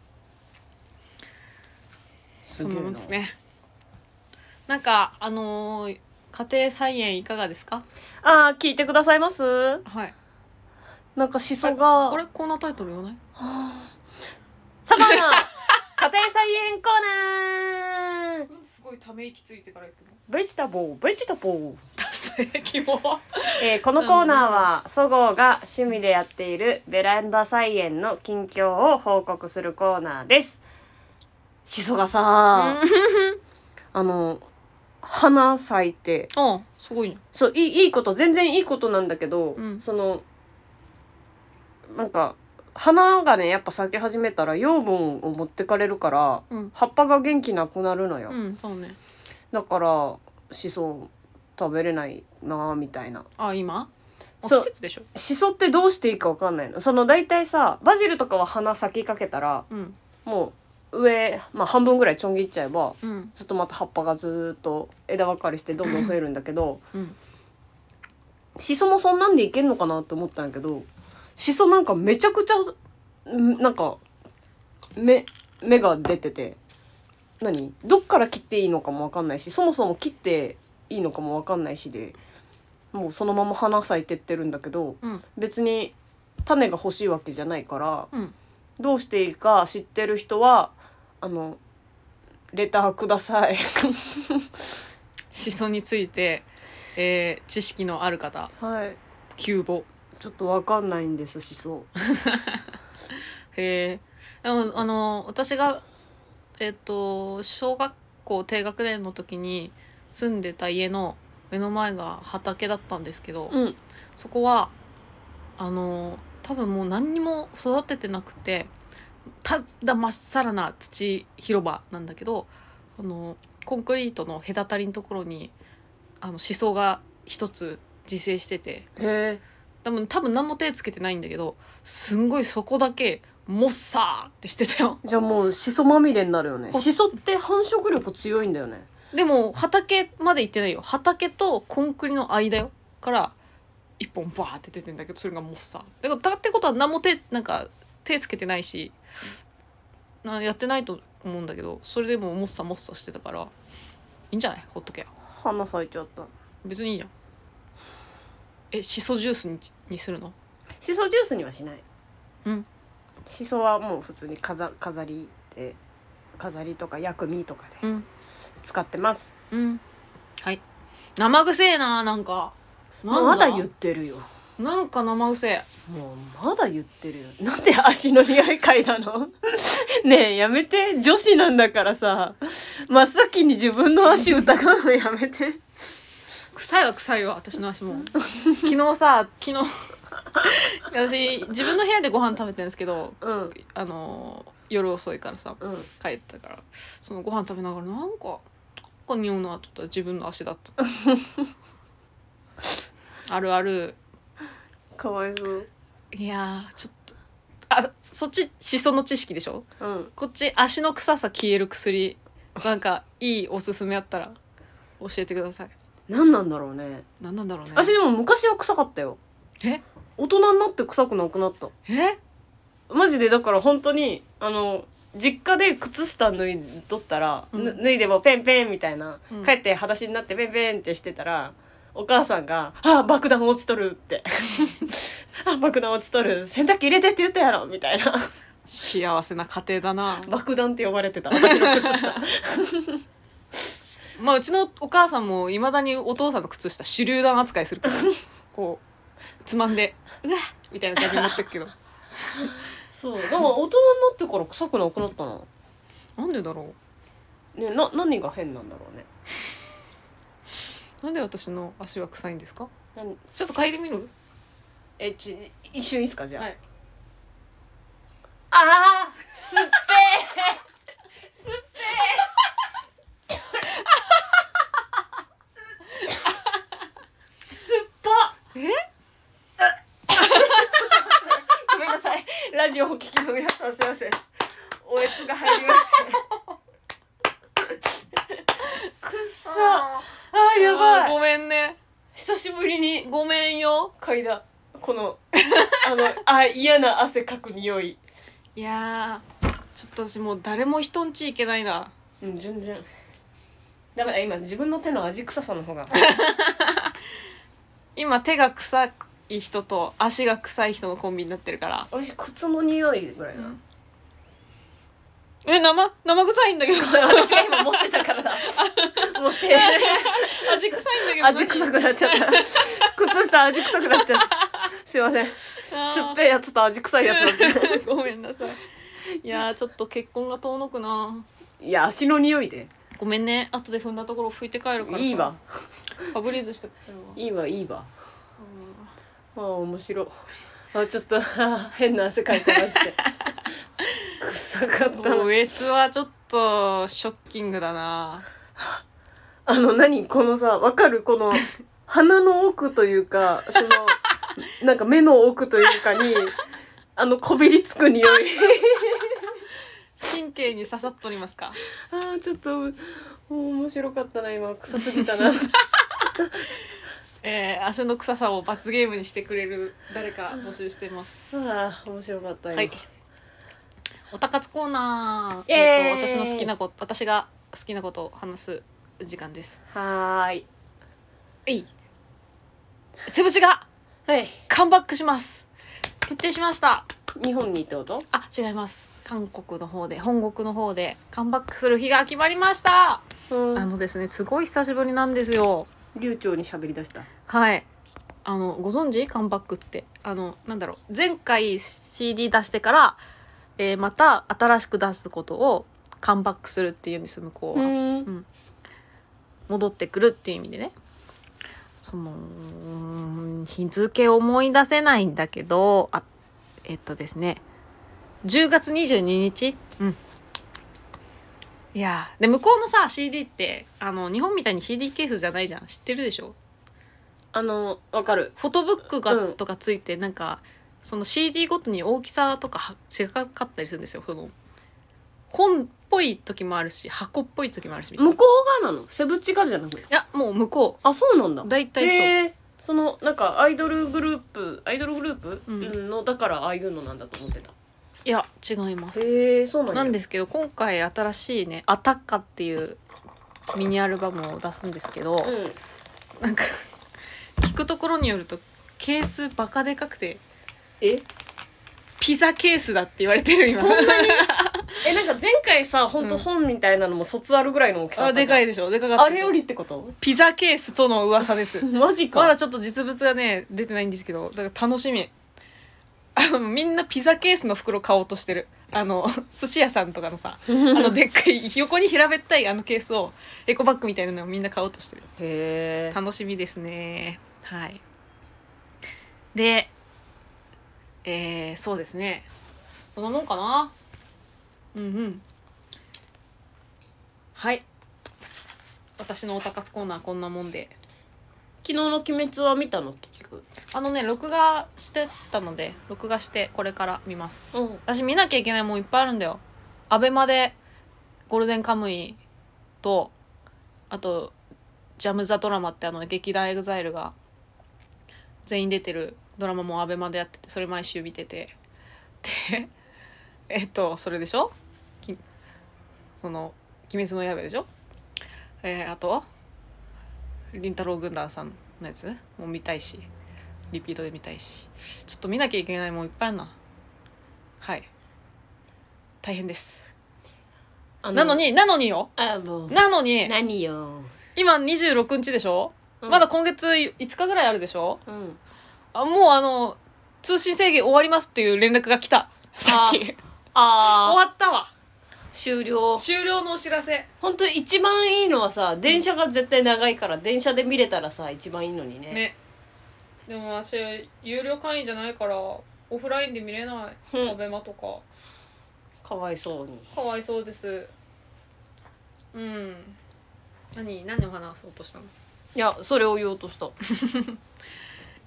Speaker 2: す
Speaker 1: そんな
Speaker 2: げえな
Speaker 1: もんですねなんかあのー家庭菜園いかがですか
Speaker 2: あー聞いてくださいます
Speaker 1: はい
Speaker 2: なんかしそが
Speaker 1: あれこんなタイトル言わない
Speaker 2: サバンナ家庭菜園コーナー
Speaker 1: うんすごいため息ついてから行くの
Speaker 2: ベジタボーベジタボー
Speaker 1: 達成希望
Speaker 2: えーこのコーナーはそごうが趣味でやっているベランダ菜園の近況を報告するコーナーです。しそがさ、あの花咲いて
Speaker 1: うんすごいね
Speaker 2: そういいいいこと全然いいことなんだけど、
Speaker 1: うん
Speaker 2: そのなんか花がねやっぱ咲き始めたら養分を持ってかれるから
Speaker 1: うん
Speaker 2: 葉っぱが元気なくなるのよ、
Speaker 1: うんそうね
Speaker 2: だからしそ食べれないなーみたいな
Speaker 1: あ今あ
Speaker 2: そう
Speaker 1: 季節でしょ
Speaker 2: シソってどうしていいかわかんないのその大体さバジルとかは花咲きかけたら
Speaker 1: うん
Speaker 2: もう上、まあ、半分ぐらいちょん切っちゃえば
Speaker 1: うん
Speaker 2: ずっとまた葉っぱがずーっと枝分かれしてどんどん増えるんだけど
Speaker 1: うん
Speaker 2: シソもそんなんでいけんのかなって思ったんやけどシソなんかめちゃくちゃんなんか芽芽が出てて何どっから切っていいのかもわかんないしそもそも切っていいのかもわかんないしでもうそのまま花咲いてってるんだけど。
Speaker 1: うん
Speaker 2: 別に種が欲しいわけじゃないから
Speaker 1: うん
Speaker 2: どうしていいか知ってる人はあのレターください
Speaker 1: しそについて、えー、知識のある方
Speaker 2: はい
Speaker 1: 急募
Speaker 2: ちょっとわかんないんですしそ
Speaker 1: へえでもあの私がえっと小学校低学年の時に住んでた家の目の前が畑だったんですけど、
Speaker 2: ううん
Speaker 1: そこはあの多分もう何にも育ててなくてただまっさらな土広場なんだけどあのコンクリートの隔たりのところにあの思想が一つ自生してて
Speaker 2: へえ
Speaker 1: 多分多分何も手つけてないんだけどすんごいそこだけもっさーってしてたよ
Speaker 2: じゃあもうしそまみれになるよね
Speaker 1: ほ
Speaker 2: しそって繁殖力強いんだよね
Speaker 1: でも畑まで行ってないよ畑とコンクリの間よから一本バーって出てんだけどそれがもっさだからだってことは何も手なんか手つけてないしなやってないと思うんだけどそれでももっさもっさしてたからいいんじゃないほっとけや
Speaker 2: 花咲いちゃった
Speaker 1: 別にいいじゃんえしそジュースににするの
Speaker 2: しそジュースにはしない
Speaker 1: うん
Speaker 2: しそはもう普通に飾飾りで飾りとか薬味とか
Speaker 1: う
Speaker 2: で
Speaker 1: ん
Speaker 2: 使ってます、
Speaker 1: うんはい生臭えななんかなん
Speaker 2: まだ言ってるよ
Speaker 1: なんか生臭え
Speaker 2: もうまだ言ってるよなんで足のリアル会なの ねえやめて女子なんだからさ真っ先に自分の足疑うのやめて
Speaker 1: 臭いは臭いわ私の足 も昨日さ昨日 私自分の部屋でご飯食べてるんですけど
Speaker 2: うんうん
Speaker 1: あのー夜遅いからさ帰ったからそのご飯食べながらなんかなんか匂うなと思ったら自分の足だ ったあるある
Speaker 2: かわいそう
Speaker 1: いやーちょっとあそっちしその知識でしょ
Speaker 2: うん
Speaker 1: こっち足の臭さ消える薬なんかいいおすすめあったら教えてください
Speaker 2: 何なんだろうね
Speaker 1: 何なんだろうね
Speaker 2: 私でも昔は臭かったよ
Speaker 1: え
Speaker 2: 大人になって臭くなくなった
Speaker 1: え
Speaker 2: マジでだから本当にあの実家で靴下脱いとったら、
Speaker 1: うん
Speaker 2: ぬ脱いでもペンペンみたいな、
Speaker 1: うん
Speaker 2: 帰って裸足になってペンペンってしてたらお母さんが「あ爆弾落ちとる」 って「あ爆弾落ちとる洗濯機入れてって言ったやろ」みたいな
Speaker 1: 幸せな家庭だな
Speaker 2: 爆弾って呼ばれてた私の靴下
Speaker 1: まあうちのお母さんもいまだにお父さんの靴下手榴弾扱いす るからこうつまんで「うわっ!」みたいな感じに持ってくけど
Speaker 2: そうだから大人になってから臭くなくなったな,、
Speaker 1: なんでだろ
Speaker 2: ね、な何が変なんだろうね
Speaker 1: うなんで私の足は臭いんですか
Speaker 2: なん
Speaker 1: ちょっと嗅いでみる
Speaker 2: えちょ一瞬いいっすかじゃあ、
Speaker 1: はい
Speaker 2: ああすっぺー
Speaker 3: すっぱ
Speaker 1: え
Speaker 3: ごめんなさいラジオをお聞きの皆さんすいませんおえつが入りましたくっさあーやばい
Speaker 1: ごめんね
Speaker 3: 久しぶりに
Speaker 1: ごめんよ
Speaker 3: 嗅いだこのあのあ嫌な汗かく匂い
Speaker 1: いやーちょっと私もう誰も人んち行けないな
Speaker 2: うん全然だから今自分の手の味臭さ の方が
Speaker 1: 今手が臭い人と足が臭い人のコンビになってるから
Speaker 2: 私靴の匂いぐら いな、
Speaker 1: え生生臭いんだけ ど
Speaker 2: 私が今持ってたからだ 持って
Speaker 1: 味臭いんだけど
Speaker 2: 味臭くなっちゃった靴下味臭くなっちゃったすいませんすっ
Speaker 1: 酸
Speaker 2: ぺいやつと味臭いやつだっ
Speaker 1: ごめんなさいいやーちょっと結婚が遠のくな
Speaker 2: ていや足の匂いで
Speaker 1: ごめんね後で踏んだところ拭いて帰るからさ
Speaker 2: いいわ
Speaker 1: ファブリーズして帰るわ
Speaker 2: いいわいいわああ面白いあちょっとあ ー変な汗かいてま して臭かったな
Speaker 1: おえつはちょっとショッキングだな
Speaker 2: あの何このさわかるこ の鼻の奥というかそのなんか目の奥というかにあのこびりつく匂い
Speaker 1: 神経に刺さっとりますか
Speaker 2: ああちょっとお面白かったな今臭すぎたな
Speaker 1: えー、足の臭さを罰ゲームにしてくれる誰か募集してます。
Speaker 2: あー面白かった今
Speaker 1: はい。おたかつコーナー。
Speaker 2: イエーイ
Speaker 1: えっと私の好きなこと、私が好きなことを話す時間です。
Speaker 2: はーい
Speaker 1: えい。セブチが
Speaker 2: はい
Speaker 1: カムバックします。決定しました。
Speaker 2: 日本にってこと
Speaker 1: あ、違います。韓国の方で、本国の方でカムバックする日が決まりました。
Speaker 2: う
Speaker 1: あ
Speaker 2: ん
Speaker 1: のですね、すごい久しぶりなんですよ。
Speaker 2: 流暢に喋り出した
Speaker 1: はい。あの、ご存知カムバックって。あの、なんだろう。前回 CD 出してから、えーまた新しく出すことをカムバックするっていうんです、向こうは。
Speaker 2: ん
Speaker 1: 戻ってくるっていう意味でね。その、うん日付思い出せないんだけど、あ、えっとですね。10月22日うん。いやーで、向こうのさ、CD って、あの、日本みたいに CD ケースじゃないじゃん。知ってるでしょ
Speaker 2: あのわかる
Speaker 1: フォトブックが、
Speaker 2: うん
Speaker 1: とかついてなんかその CD ごとに大きさとかは違かったりするんですよその本っぽい時もあるし箱っぽい時もあるしみたいな
Speaker 2: 向
Speaker 1: い
Speaker 2: こうがなのセブチカじゃなくて
Speaker 1: やもう向こ
Speaker 2: あそうなんだ
Speaker 1: う大体そう
Speaker 2: へえそのなんかアイドルグループアイドルグループ、
Speaker 1: うん
Speaker 2: うんのだからああいうのなんだと思ってた
Speaker 1: いや違います
Speaker 2: へえそうなん
Speaker 1: なん
Speaker 2: で
Speaker 1: ですけど今回新しいね「アタッカ」っていうミニアルバムを出すんですけど、
Speaker 2: うん
Speaker 1: なんか聞くところによるとケースバカでかくて
Speaker 2: え
Speaker 1: ピザケースだって言われてる今
Speaker 2: そんなにえなんか前回さ本当本みたいなのも卒あるぐらいの大きさだ
Speaker 1: あ
Speaker 2: った
Speaker 1: で
Speaker 2: じゃん
Speaker 1: かいでしょでかかった
Speaker 2: あ
Speaker 1: で
Speaker 2: れ
Speaker 1: しょ
Speaker 2: よりってこと
Speaker 1: ピザケースとの噂です
Speaker 2: マジか
Speaker 1: まだちょっと実物がね出てないんですけどだから楽しみあのみんなピザケースの袋買おうとしてるあの 寿司屋さんとかのさあのでっかい横に平べったいあのケースをエコバッグみたいなのをみんな買おうとしてる
Speaker 2: へえ
Speaker 1: 楽しみですねはいでえー、そうですねそんなもんかなうんうんはい私のおたかつコーナーこんなもんで
Speaker 2: 昨日の「鬼滅」は見たの聞く
Speaker 1: あのね録画してたので録画してこれから見ます、
Speaker 2: うん
Speaker 1: 私見なきゃいけないもんいっぱいあるんだよアベマでゴールデンカムイとあとジャム・ザ・ドラマってあの劇団エグザイルが全員出てるドラマもアベマでやっててそれ毎週見ててでえっとそれでしょきその「鬼滅の刃」でしょえー、あとりんたろう軍団さんのやつも見たいしリピートで見たいしちょっと見なきゃいけないもんいっぱいあるなはい大変です
Speaker 2: あ
Speaker 1: なのになのによ
Speaker 2: あもう
Speaker 1: なのに
Speaker 2: 何よ、
Speaker 1: 今26日でしょ、
Speaker 2: うん
Speaker 1: まだ今月5日ぐらいあるでしょ
Speaker 2: うん、
Speaker 1: あもうあの通信制限終わりますっていう連絡が来たさっき終
Speaker 2: ああ
Speaker 1: わったわ
Speaker 2: 終了
Speaker 1: 終了のお知らせ
Speaker 2: 本当一番いいのはさ電車が絶対長いから電車で見れたらさ一番いいのにね
Speaker 1: ね
Speaker 4: でも私有料会員じゃないからオフラインで見れない
Speaker 2: うん
Speaker 4: アベマとか
Speaker 2: かわいそうに
Speaker 4: かわいそうですうん何何を話そうとしたの
Speaker 2: いやそれを言おうとした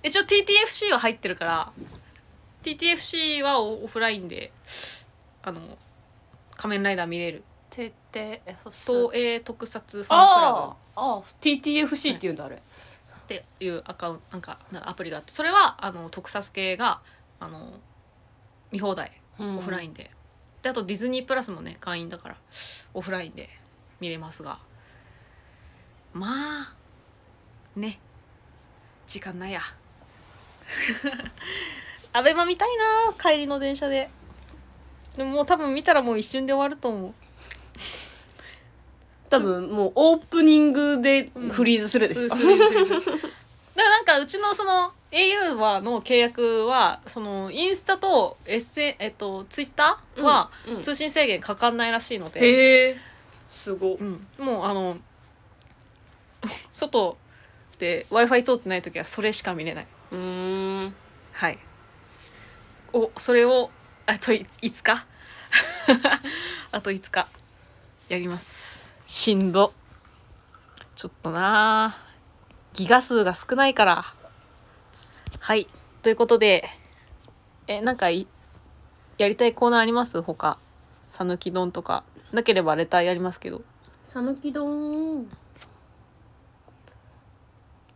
Speaker 1: 一応 TTFC は入ってるから TTFC はオオフラインであの仮面ライダー見れる
Speaker 2: 「てて F
Speaker 1: 東映特撮ファンクラ
Speaker 2: ああああ TTFC っていうんだあれ
Speaker 1: ブっていうアカウントなんかなんかアプリがあってそれはあの特撮系があの見放題オ
Speaker 2: オ
Speaker 1: フライ
Speaker 2: ン
Speaker 1: ンで,、であとディズニープラスもね会員だからオフラインで見れますがまあね時間ないや アベマ見たいな帰りの電車ででももう多分見たらもう一瞬で終わると思う
Speaker 2: 多分もうオープニングでフリーズするでしょ、
Speaker 1: そうそうそうそうだ からなんかうちのその au はの契約はそのインスタとエッセえっとツイッターは
Speaker 2: うんうん
Speaker 1: 通信制限かかんないらしいので、
Speaker 2: へえすご
Speaker 1: うん、もうあの外で w i f i 通ってない時はそれしか見れない
Speaker 2: うん
Speaker 1: はいおそれをあといいつか あといつかやりますしんどちょっとなあギガ数が少ないからはいということでえなんかいやりたいコーナーあります他讃岐丼とかなければレターやりますけど
Speaker 2: 讃岐丼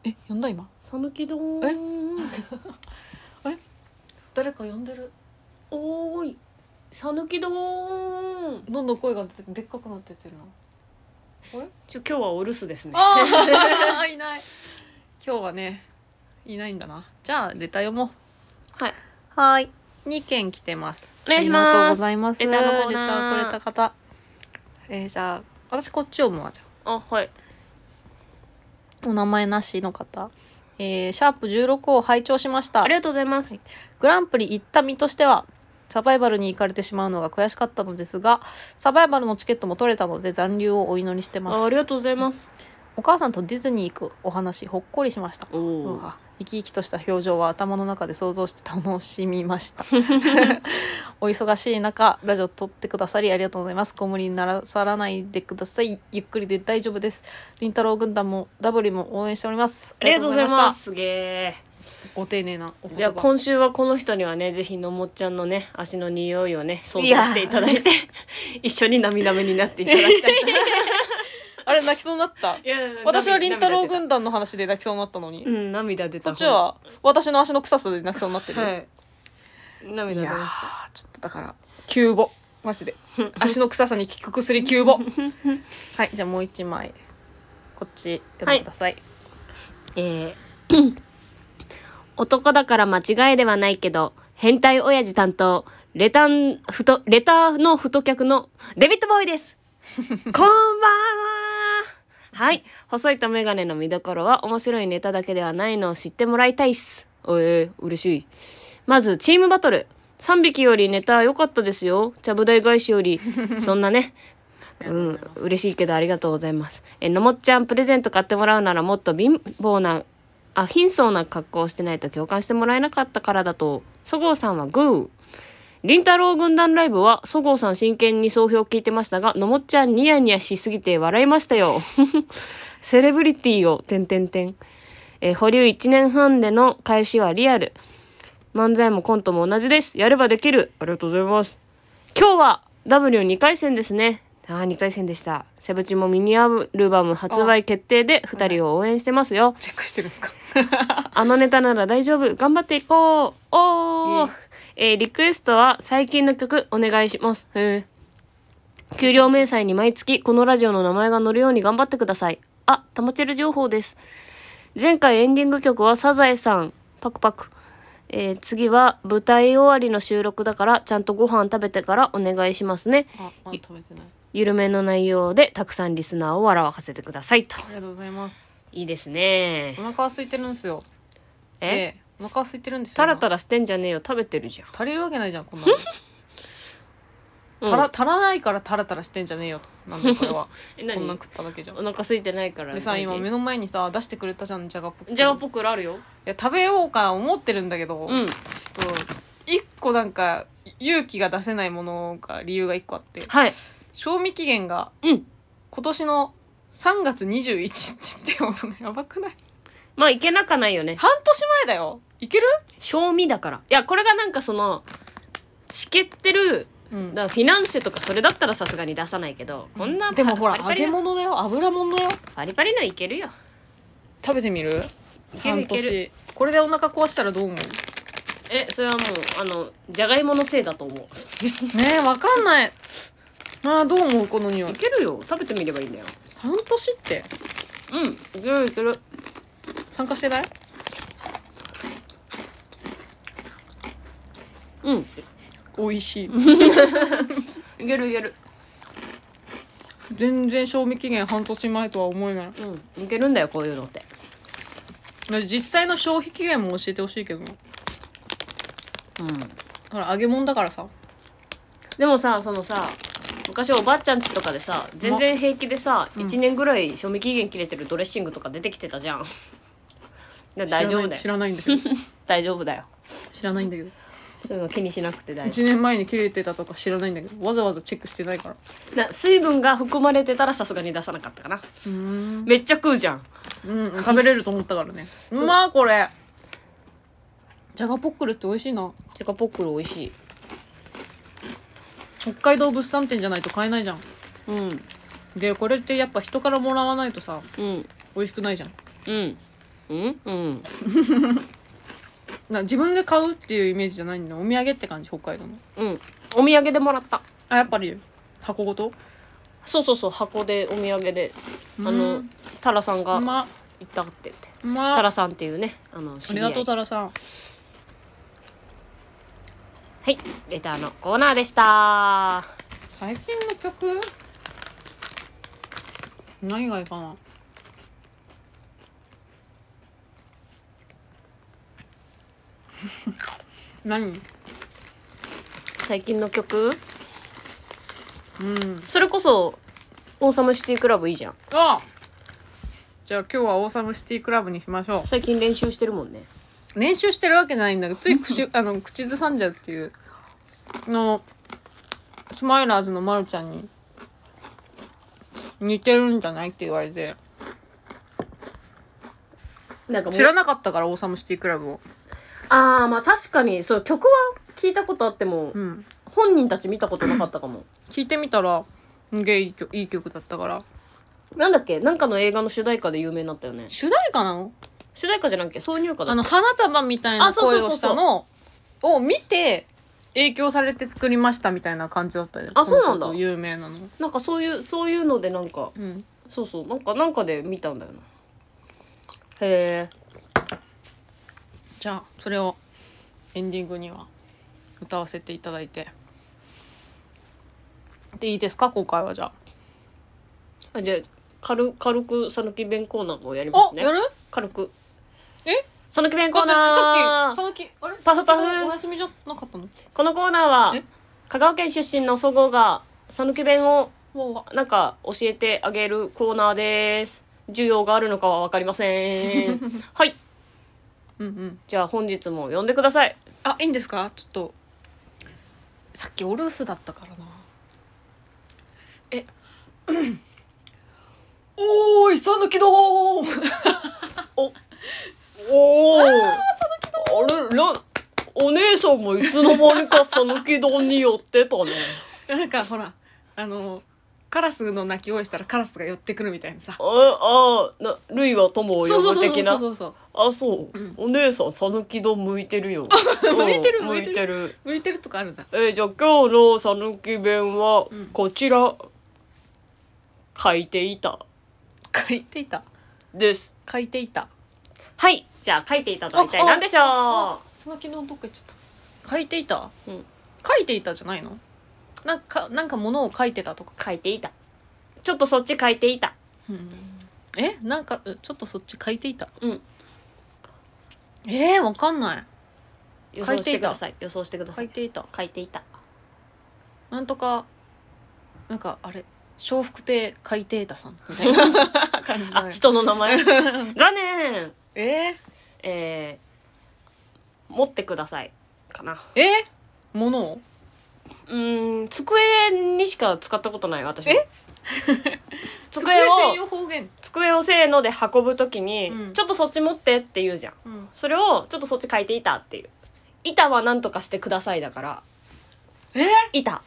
Speaker 1: え呼んだ今
Speaker 2: 讃岐丼
Speaker 1: え誰か呼んでる
Speaker 2: おーい讃岐丼
Speaker 1: どんどん声がでっかくなってってるな
Speaker 2: ちょ今日はお留守ですね
Speaker 1: あ あいない今日はねいないんだなじゃあレター読もう
Speaker 2: はい
Speaker 1: はーい2件来てます
Speaker 2: お願いします
Speaker 1: ありがとうございます
Speaker 2: レターのコー
Speaker 1: レ
Speaker 2: ナー
Speaker 1: ターくれた方えー、じゃあ私こっち読むわじゃ
Speaker 2: あはい
Speaker 1: あお名前なしの方えー、シャープ16を拝聴しました
Speaker 2: ありがとうございます
Speaker 1: グランプリ行った身としては、サバイバルに行かれてしまうのが悔しかったのですが、サバイバルのチケットも取れたので残留をお祈りしてます。
Speaker 2: あありがとうございます
Speaker 1: お母さんとディズニー行くお話、ほっこりしました。
Speaker 2: お
Speaker 1: う
Speaker 2: お
Speaker 1: わ生き生きとした表情は頭の中で想像して楽しみま した。お忙しい中、ラジオ撮ってくださりありがとうございます。ご無理になさらないでください。ゆっくりで大丈夫です。りんたろう軍団もダブリも応援しております。。
Speaker 2: ありがとうございますすすげえ
Speaker 1: ご丁寧なお言葉
Speaker 2: じゃあ今週はこの人にはねぜひのもっちゃんのね足の匂いをね想像していただいて一緒に涙目になっていただきたい
Speaker 1: あれ泣きそうになった。私はりんたろう軍団の話で泣きそうになったのに、
Speaker 2: うん涙出た
Speaker 1: そっちは私の足の臭さで泣きそうになってる、
Speaker 2: はい涙
Speaker 1: い
Speaker 2: 出
Speaker 1: や
Speaker 2: ました
Speaker 1: ーちょっとだからキューボマジで 足の臭さに効く薬キューボ はいじゃあもう一枚こっち読んでください、
Speaker 2: えー 男だから間違いではないけど変態親父担当レタンふとレターの太客のデビットボーイですこんばんははい細いとメガネの見どころは面白いネタだけではないのを知ってもらいたいっすえー、嬉しいまずチームバトル3匹よりネタ良かったですよちゃぶ台返しよりそんなねうん、嬉しいけどありがとうございます。え、のもっちゃんプレゼント買ってもらうならもっと貧乏な、あ、貧相な格好をしてないと共感してもらえなかったからだと、そごうさんはグー。りんたろう軍団ライブは、そごうさん真剣に総評聞いてましたが、のもっちゃんニヤニヤしすぎて笑いましたよ。 セレブリティを、てんてんてん。えー保留1年半での開始はリアル。漫才もコントも同じです。やればできる。ありがとうございます。今日は W2 回戦ですね。ああ、2回戦でした。セブチもミニアルバム発売決定で2人を応援してますよ。
Speaker 1: チェックしてるんです か
Speaker 2: あのネタなら大丈夫。頑張っていこう。おー。えーリクエストは最近の曲お願いします。へー給料明細に毎月このラジオの名前が載るように頑張ってください。あ、たまチェル情報です。前回エンディング曲はサザエさん、パクパク。えー次は舞台終わりの収録だからちゃんとご飯食べてからお願いしますね。
Speaker 1: あまだ食べてない
Speaker 2: 緩めの内容でたくさんリスナーを笑わせてくださいと。
Speaker 1: ありがとうございます
Speaker 2: いいですね
Speaker 1: お。腹は空いてるんですよで
Speaker 2: え
Speaker 1: お腹は空いてるんですよ
Speaker 2: タラタ
Speaker 1: ラ
Speaker 2: ラしてんじゃねえよ。食べてるじゃん。
Speaker 1: 足りるわけないじゃんこんなの
Speaker 2: うん
Speaker 1: 足ら足らないからタラタラしてんじゃねえよとなんだこれは
Speaker 2: え
Speaker 1: こんなん
Speaker 2: 何
Speaker 1: 食っただけじゃん
Speaker 2: お腹空いてないから
Speaker 1: でさ今目
Speaker 2: じ
Speaker 1: の前にさ出してくれたじゃんじゃがポック
Speaker 2: ゃがポックルあるよ
Speaker 1: いや食べようか思ってるんだけど、
Speaker 2: うん
Speaker 1: ちょっと一個なんか勇気が出せないものが理由が一個あって
Speaker 2: はい
Speaker 1: 賞味期限が
Speaker 2: うん
Speaker 1: 今年の3月21日ってもうやばくない
Speaker 2: まあいけなかないよね
Speaker 1: 半年前だよいける
Speaker 2: 賞味だからいやこれがなんかそのしけってる
Speaker 1: うん
Speaker 2: だからフィナンシェとかそれだったらさすがに出さないけどこんな
Speaker 1: でもほら揚
Speaker 2: パリパリ
Speaker 1: げ
Speaker 2: の
Speaker 1: 物だよ油物だよ
Speaker 2: パリパリのいけるよ
Speaker 1: 食べてみる
Speaker 2: けるい
Speaker 1: 半
Speaker 2: ける
Speaker 1: 年これでお腹壊したらどう思う
Speaker 2: えそれはもうあのじゃがいものせいだと思う
Speaker 1: ねえわかんないまあどう思うこの匂い
Speaker 2: いけるよ食べてみればいいんだよ
Speaker 1: 半年って
Speaker 2: うんいけるいける
Speaker 1: 参加してない
Speaker 2: うんい
Speaker 1: 美味しい
Speaker 2: けるいける
Speaker 1: 全然賞味期限半年前とは思えない
Speaker 2: うんいけるんだよこういうのって
Speaker 1: 実際の消費期限も教えてほしいけどな
Speaker 2: うん
Speaker 1: ほら揚げ物だからさ
Speaker 2: でもさそのさ昔おばあちゃんちとかでさ全然平気でさ、1年ぐらい賞味期限切れてるドレッシングとか出てきてたじゃ んだから大丈夫だよ
Speaker 1: 知らない知ら ないんだけど
Speaker 2: 大丈夫だよ
Speaker 1: 知らないんだけど
Speaker 2: そういうの気にしなくて大丈
Speaker 1: 1年前に切れてたとか知らないんだけどわざわざチェックしてないから
Speaker 2: 夫な水分が含まれてたらさすがに出さなかったかな
Speaker 1: うん
Speaker 2: めっちゃ食うじゃん
Speaker 1: うん食べれると思ったからねうまーこれじゃがポックルって美味しいな
Speaker 2: てかポックル美味しい
Speaker 1: 北海道物産展じゃないと買えないじゃん
Speaker 2: うん
Speaker 1: でこれってやっぱ人からもらわないとさ
Speaker 2: うん
Speaker 1: 美味しくないじゃん
Speaker 2: うんうんうん
Speaker 1: な自分で買うっていうイメージじゃないんだお土産って感じ北海道の
Speaker 2: うんお土産でもらった
Speaker 1: あやっぱり箱ごと
Speaker 2: そうそうそう箱でお土産であ
Speaker 1: う
Speaker 2: の
Speaker 1: ん
Speaker 2: タラさんが
Speaker 1: う
Speaker 2: 行
Speaker 1: ま
Speaker 2: ったって言って
Speaker 1: うま
Speaker 2: タラさんっていうねあの
Speaker 1: あ
Speaker 2: 知
Speaker 1: り
Speaker 2: り合
Speaker 1: が
Speaker 2: い
Speaker 1: とうタラさん
Speaker 2: はい、レターのコーナーでした。
Speaker 1: 最近の曲何がいいかな 何うん
Speaker 2: 最近の曲それこそ、オーサムシティクラブいいじゃん。
Speaker 1: あじゃあ今日はオーサムシティクラブにしましょ
Speaker 2: 最近練習してるもんね。
Speaker 1: う練習してるわけじゃないんだけどつい口あの口ずさんじゃうっていうのスマイラーズのまるちゃんに似てるんじゃないって言われて
Speaker 2: なんかも
Speaker 1: 知ら
Speaker 2: う、
Speaker 1: なかったからオーサムシティクラブを
Speaker 2: あー、まあ確かに、そう、曲は聞いたことあっても、
Speaker 1: うん
Speaker 2: 本人たち見たことなかったかも。
Speaker 1: 聞いてみたらすげえいい曲いい曲だったから
Speaker 2: なんだっけなんかの映画の主題歌で有名になったよね。
Speaker 1: 主題歌なの
Speaker 2: 主題歌じゃなくて、挿入歌だ
Speaker 1: あ
Speaker 2: っ
Speaker 1: の
Speaker 2: け
Speaker 1: 花束みたいな
Speaker 2: あそうそ
Speaker 1: 声
Speaker 2: うそう
Speaker 1: を
Speaker 2: そう
Speaker 1: したのを見て影響されて作りましたみたいな感じだったよ
Speaker 2: あそうなん
Speaker 1: この
Speaker 2: だ
Speaker 1: 曲有名なの
Speaker 2: なんかそういう、そういうのでなんか、
Speaker 1: うん
Speaker 2: そうそう、なんか、なんかで見たんだよな。へえ。
Speaker 1: じゃあそれをエンディングには歌わせていただいてでいいですか今回はじゃあ
Speaker 2: あ、じゃあ、軽軽く、さぬき弁コーナーをやりま
Speaker 1: お、
Speaker 2: すね。
Speaker 1: やる
Speaker 2: 軽く。
Speaker 1: え
Speaker 2: そのき弁
Speaker 1: だっ
Speaker 2: コー
Speaker 1: てさ
Speaker 2: ナ
Speaker 1: っきさ
Speaker 2: ー
Speaker 1: っきあれ
Speaker 2: パフパフ
Speaker 1: さっきお休みじゃなかったの
Speaker 2: このコーナーは
Speaker 1: え
Speaker 2: 香川県出身のそごうが讃岐弁を
Speaker 1: わわ
Speaker 2: なんか教えてあげるコーナーです需要があるのかは分かりま せんはい
Speaker 1: うんうん
Speaker 2: じゃあ本日も呼んでください
Speaker 1: あいいんですかちょっとさっきお留守だったからなえ おーいさぬきだーお
Speaker 2: おおあれらお姉さんもいつの間 にか讃岐丼に寄ってたね
Speaker 1: なんかほらあのカラスの鳴き声したらカラスが寄ってくるみたいなさ
Speaker 2: ああなルイは友を呼
Speaker 1: そうそう
Speaker 2: ぶ
Speaker 1: そう
Speaker 2: 的
Speaker 1: そ
Speaker 2: な
Speaker 1: うそうそう
Speaker 2: あそう、お姉さん讃岐丼向いて るよ向
Speaker 1: いてる
Speaker 2: 向いてる
Speaker 1: 向いてるとかあるんだ
Speaker 2: えーじゃあ今日のさぬき弁はこちら、書いていた
Speaker 1: 書いていた
Speaker 2: です
Speaker 1: 書いていた
Speaker 2: はいじゃあ書いていたとは一体
Speaker 1: ああ
Speaker 2: 何でしょ
Speaker 1: さぬきのどっか行っちゃった書いていた、
Speaker 2: うん
Speaker 1: 書いていたじゃないのなんかなんか物を書いてたとか
Speaker 2: う書いていたちょっとそっち書いていた
Speaker 1: えなんかうちょっとそっち書いていた
Speaker 2: うん
Speaker 1: えー、わかんない
Speaker 2: 予想してください予想してくださ
Speaker 1: 書い
Speaker 2: い
Speaker 1: ていた
Speaker 2: 書いていた
Speaker 1: なんとかなんかあれ笑福亭海底太さんみたいな 感じじゃ
Speaker 2: あ
Speaker 1: ない
Speaker 2: 人の名前 残念
Speaker 1: え
Speaker 2: えー、持ってくださいかな
Speaker 1: ー、えー、物を
Speaker 2: うーん机にしか使ったことない私は
Speaker 1: え
Speaker 2: 机
Speaker 1: 専
Speaker 2: を
Speaker 1: 用方言
Speaker 2: 机をせーので運ぶときに、
Speaker 1: うん
Speaker 2: ちょっとそっち持ってって言うじゃん
Speaker 1: うん
Speaker 2: それをちょっとそっち書いていたっていう板は何とかしてくださいだから
Speaker 1: え
Speaker 2: 板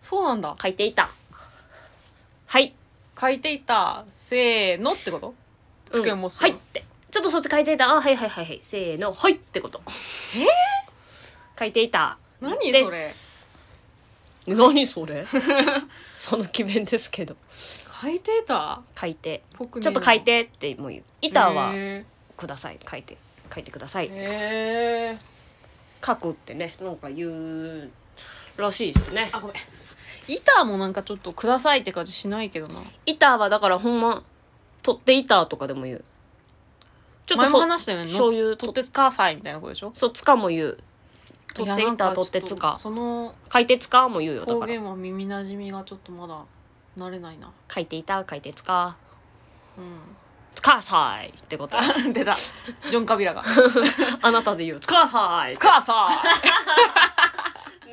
Speaker 1: そうなんだ
Speaker 2: 書いていたはい
Speaker 1: 書いていたせーのってこと机を持つ
Speaker 2: うんはいってちょっとそっち書いていたあはいはいはいはいせーのはいってことえ書いていた
Speaker 1: 何
Speaker 2: で
Speaker 1: それ
Speaker 2: す何それ その詭弁ですけど
Speaker 1: 書いていた
Speaker 2: 書いて
Speaker 1: ぽくね
Speaker 2: ちょっと書いてってもう言う板は
Speaker 1: え
Speaker 2: ください書いて書いてくださ
Speaker 1: ー
Speaker 2: い
Speaker 1: え
Speaker 2: 書くってねなんか言うらしいですね
Speaker 1: ー、あごめん板もなんかちょっとくださいって感じしないけどな
Speaker 2: 板はだからほんま取って板とかでも言うちょっと
Speaker 1: 前も
Speaker 2: そ
Speaker 1: 話したよね
Speaker 2: 醤油
Speaker 1: 取っ
Speaker 2: と
Speaker 1: てつかさいみたいなことでしょ
Speaker 2: そうつかも言う取っ
Speaker 1: い
Speaker 2: て
Speaker 1: やなん
Speaker 2: 板
Speaker 1: か
Speaker 2: 取って
Speaker 1: ちょ
Speaker 2: つ
Speaker 1: と
Speaker 2: か
Speaker 1: その
Speaker 2: 書いてつかも言うよだ
Speaker 1: 方
Speaker 2: から
Speaker 1: 言は耳なじみがちょっとまだ慣れないな
Speaker 2: 書いていた書いてつか
Speaker 1: う
Speaker 2: つかさいっ てこと
Speaker 1: ん 出たジョン・カ ビラが
Speaker 2: あなたで言うつかさい
Speaker 1: 「かさ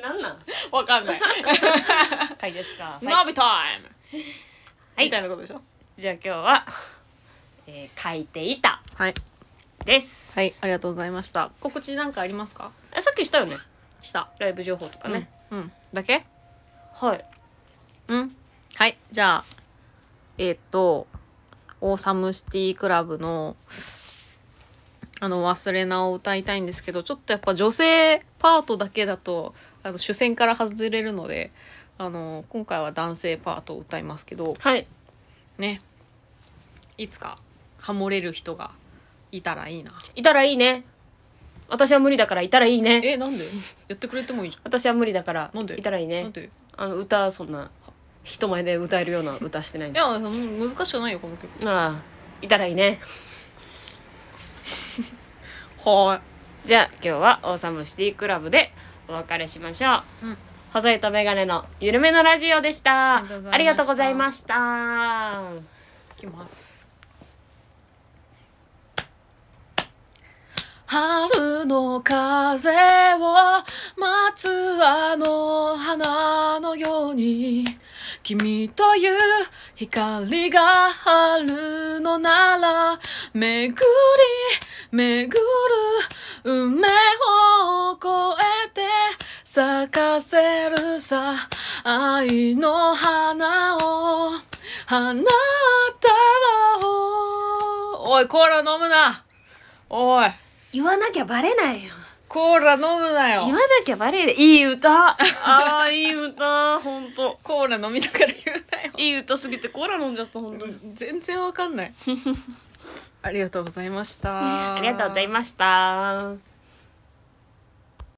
Speaker 2: なんなん
Speaker 1: わかんない
Speaker 2: 書いてつかさい
Speaker 1: ナビタイム
Speaker 2: はい
Speaker 1: みたいなことでしょ
Speaker 2: じゃあ今日は、えー、書いていた
Speaker 1: はい
Speaker 2: です、
Speaker 1: はいありがとうございました告知なんかありますか
Speaker 2: えさっきしたよね
Speaker 1: した
Speaker 2: ライブ情報とかね、
Speaker 1: うんだけ
Speaker 2: はい
Speaker 1: うんはいじゃあえーっとオーサムシティクラブのあの「忘れな」を歌いたいんですけどちょっとやっぱ女性パートだけだとあの主戦から外れるのであの今回は男性パートを歌いますけど
Speaker 2: はい
Speaker 1: ねいつかハモれる人がいたらいいない
Speaker 2: たらいいね私は無理だからいたらいいね
Speaker 1: えなんでやってくれてもいいじ
Speaker 2: 私は無理だから
Speaker 1: なんで
Speaker 2: いたらいい
Speaker 1: ゃんな
Speaker 2: ね
Speaker 1: んでい
Speaker 2: あの歌そんな人前で歌えるような歌してないんで
Speaker 1: やうん難しくないよこの曲
Speaker 2: ああいたらいいね
Speaker 1: は
Speaker 2: じゃあ今日はオーサムシティクラブでお別れしましょう、
Speaker 1: うん
Speaker 2: 細いとメガネの緩めのラジオでした
Speaker 1: ありがとうございました
Speaker 2: ありがとうご
Speaker 1: い
Speaker 2: ざいました
Speaker 1: いきます春の風を待つあの花のように君という光があるのなら巡り巡る梅を越えて咲かせるさ愛の花を花束をおいコーラ飲むなおい
Speaker 2: 言わなきゃバレないよ
Speaker 1: コーラ飲むな
Speaker 2: 言わ
Speaker 1: よ
Speaker 2: なきゃバレるいい歌ああいい歌ほんと
Speaker 1: コーラ飲みながら言うなよ
Speaker 2: いい歌すぎてコーラ飲んじゃったほんとに
Speaker 1: 全然 わかんないありがとうございました
Speaker 2: ありがとうございました